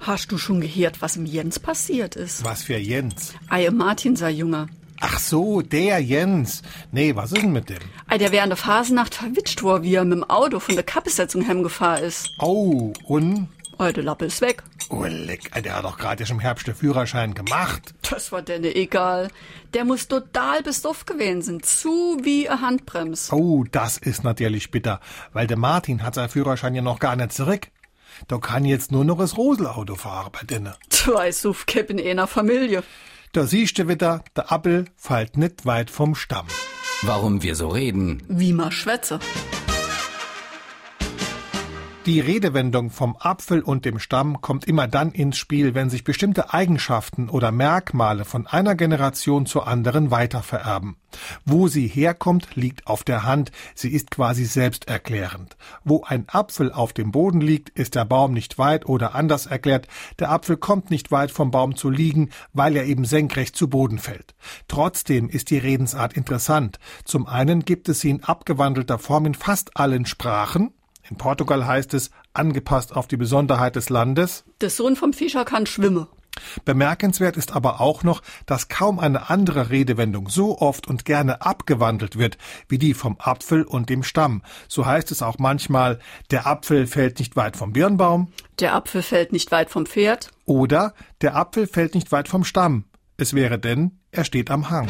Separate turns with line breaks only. Hast du schon gehört, was im Jens passiert ist?
Was für Jens?
Ei, Martin sei Junger.
Ach so, der Jens. Nee, was ist denn mit dem?
Ei, der während der Phasennacht verwitscht war, wie er mit dem Auto von der Kappesetzung heimgefahren ist.
Au, Oh, und?
Ei, der Lappe ist weg.
Oh, leck, der hat doch gerade im Herbst den Führerschein gemacht.
Das war denn egal. Der muss total besoff gewesen sein. Zu wie eine Handbremse.
Oh, das ist natürlich bitter, weil der Martin hat seinen Führerschein ja noch gar nicht zurück. Da kann jetzt nur noch das Roselauto fahren bei denen.
Zwei Suffkipp in einer Familie.
Da siehst du wieder, der Appel fällt nicht weit vom Stamm.
Warum wir so reden?
Wie ma schwätze.
Die Redewendung vom Apfel und dem Stamm kommt immer dann ins Spiel, wenn sich bestimmte Eigenschaften oder Merkmale von einer Generation zur anderen weitervererben. Wo sie herkommt, liegt auf der Hand, sie ist quasi selbsterklärend. Wo ein Apfel auf dem Boden liegt, ist der Baum nicht weit oder anders erklärt, der Apfel kommt nicht weit vom Baum zu liegen, weil er eben senkrecht zu Boden fällt. Trotzdem ist die Redensart interessant. Zum einen gibt es sie in abgewandelter Form in fast allen Sprachen, in Portugal heißt es, angepasst auf die Besonderheit des Landes.
Der Sohn vom Fischer kann schwimmen.
Bemerkenswert ist aber auch noch, dass kaum eine andere Redewendung so oft und gerne abgewandelt wird, wie die vom Apfel und dem Stamm. So heißt es auch manchmal, der Apfel fällt nicht weit vom Birnbaum.
Der Apfel fällt nicht weit vom Pferd.
Oder der Apfel fällt nicht weit vom Stamm. Es wäre denn, er steht am Hang.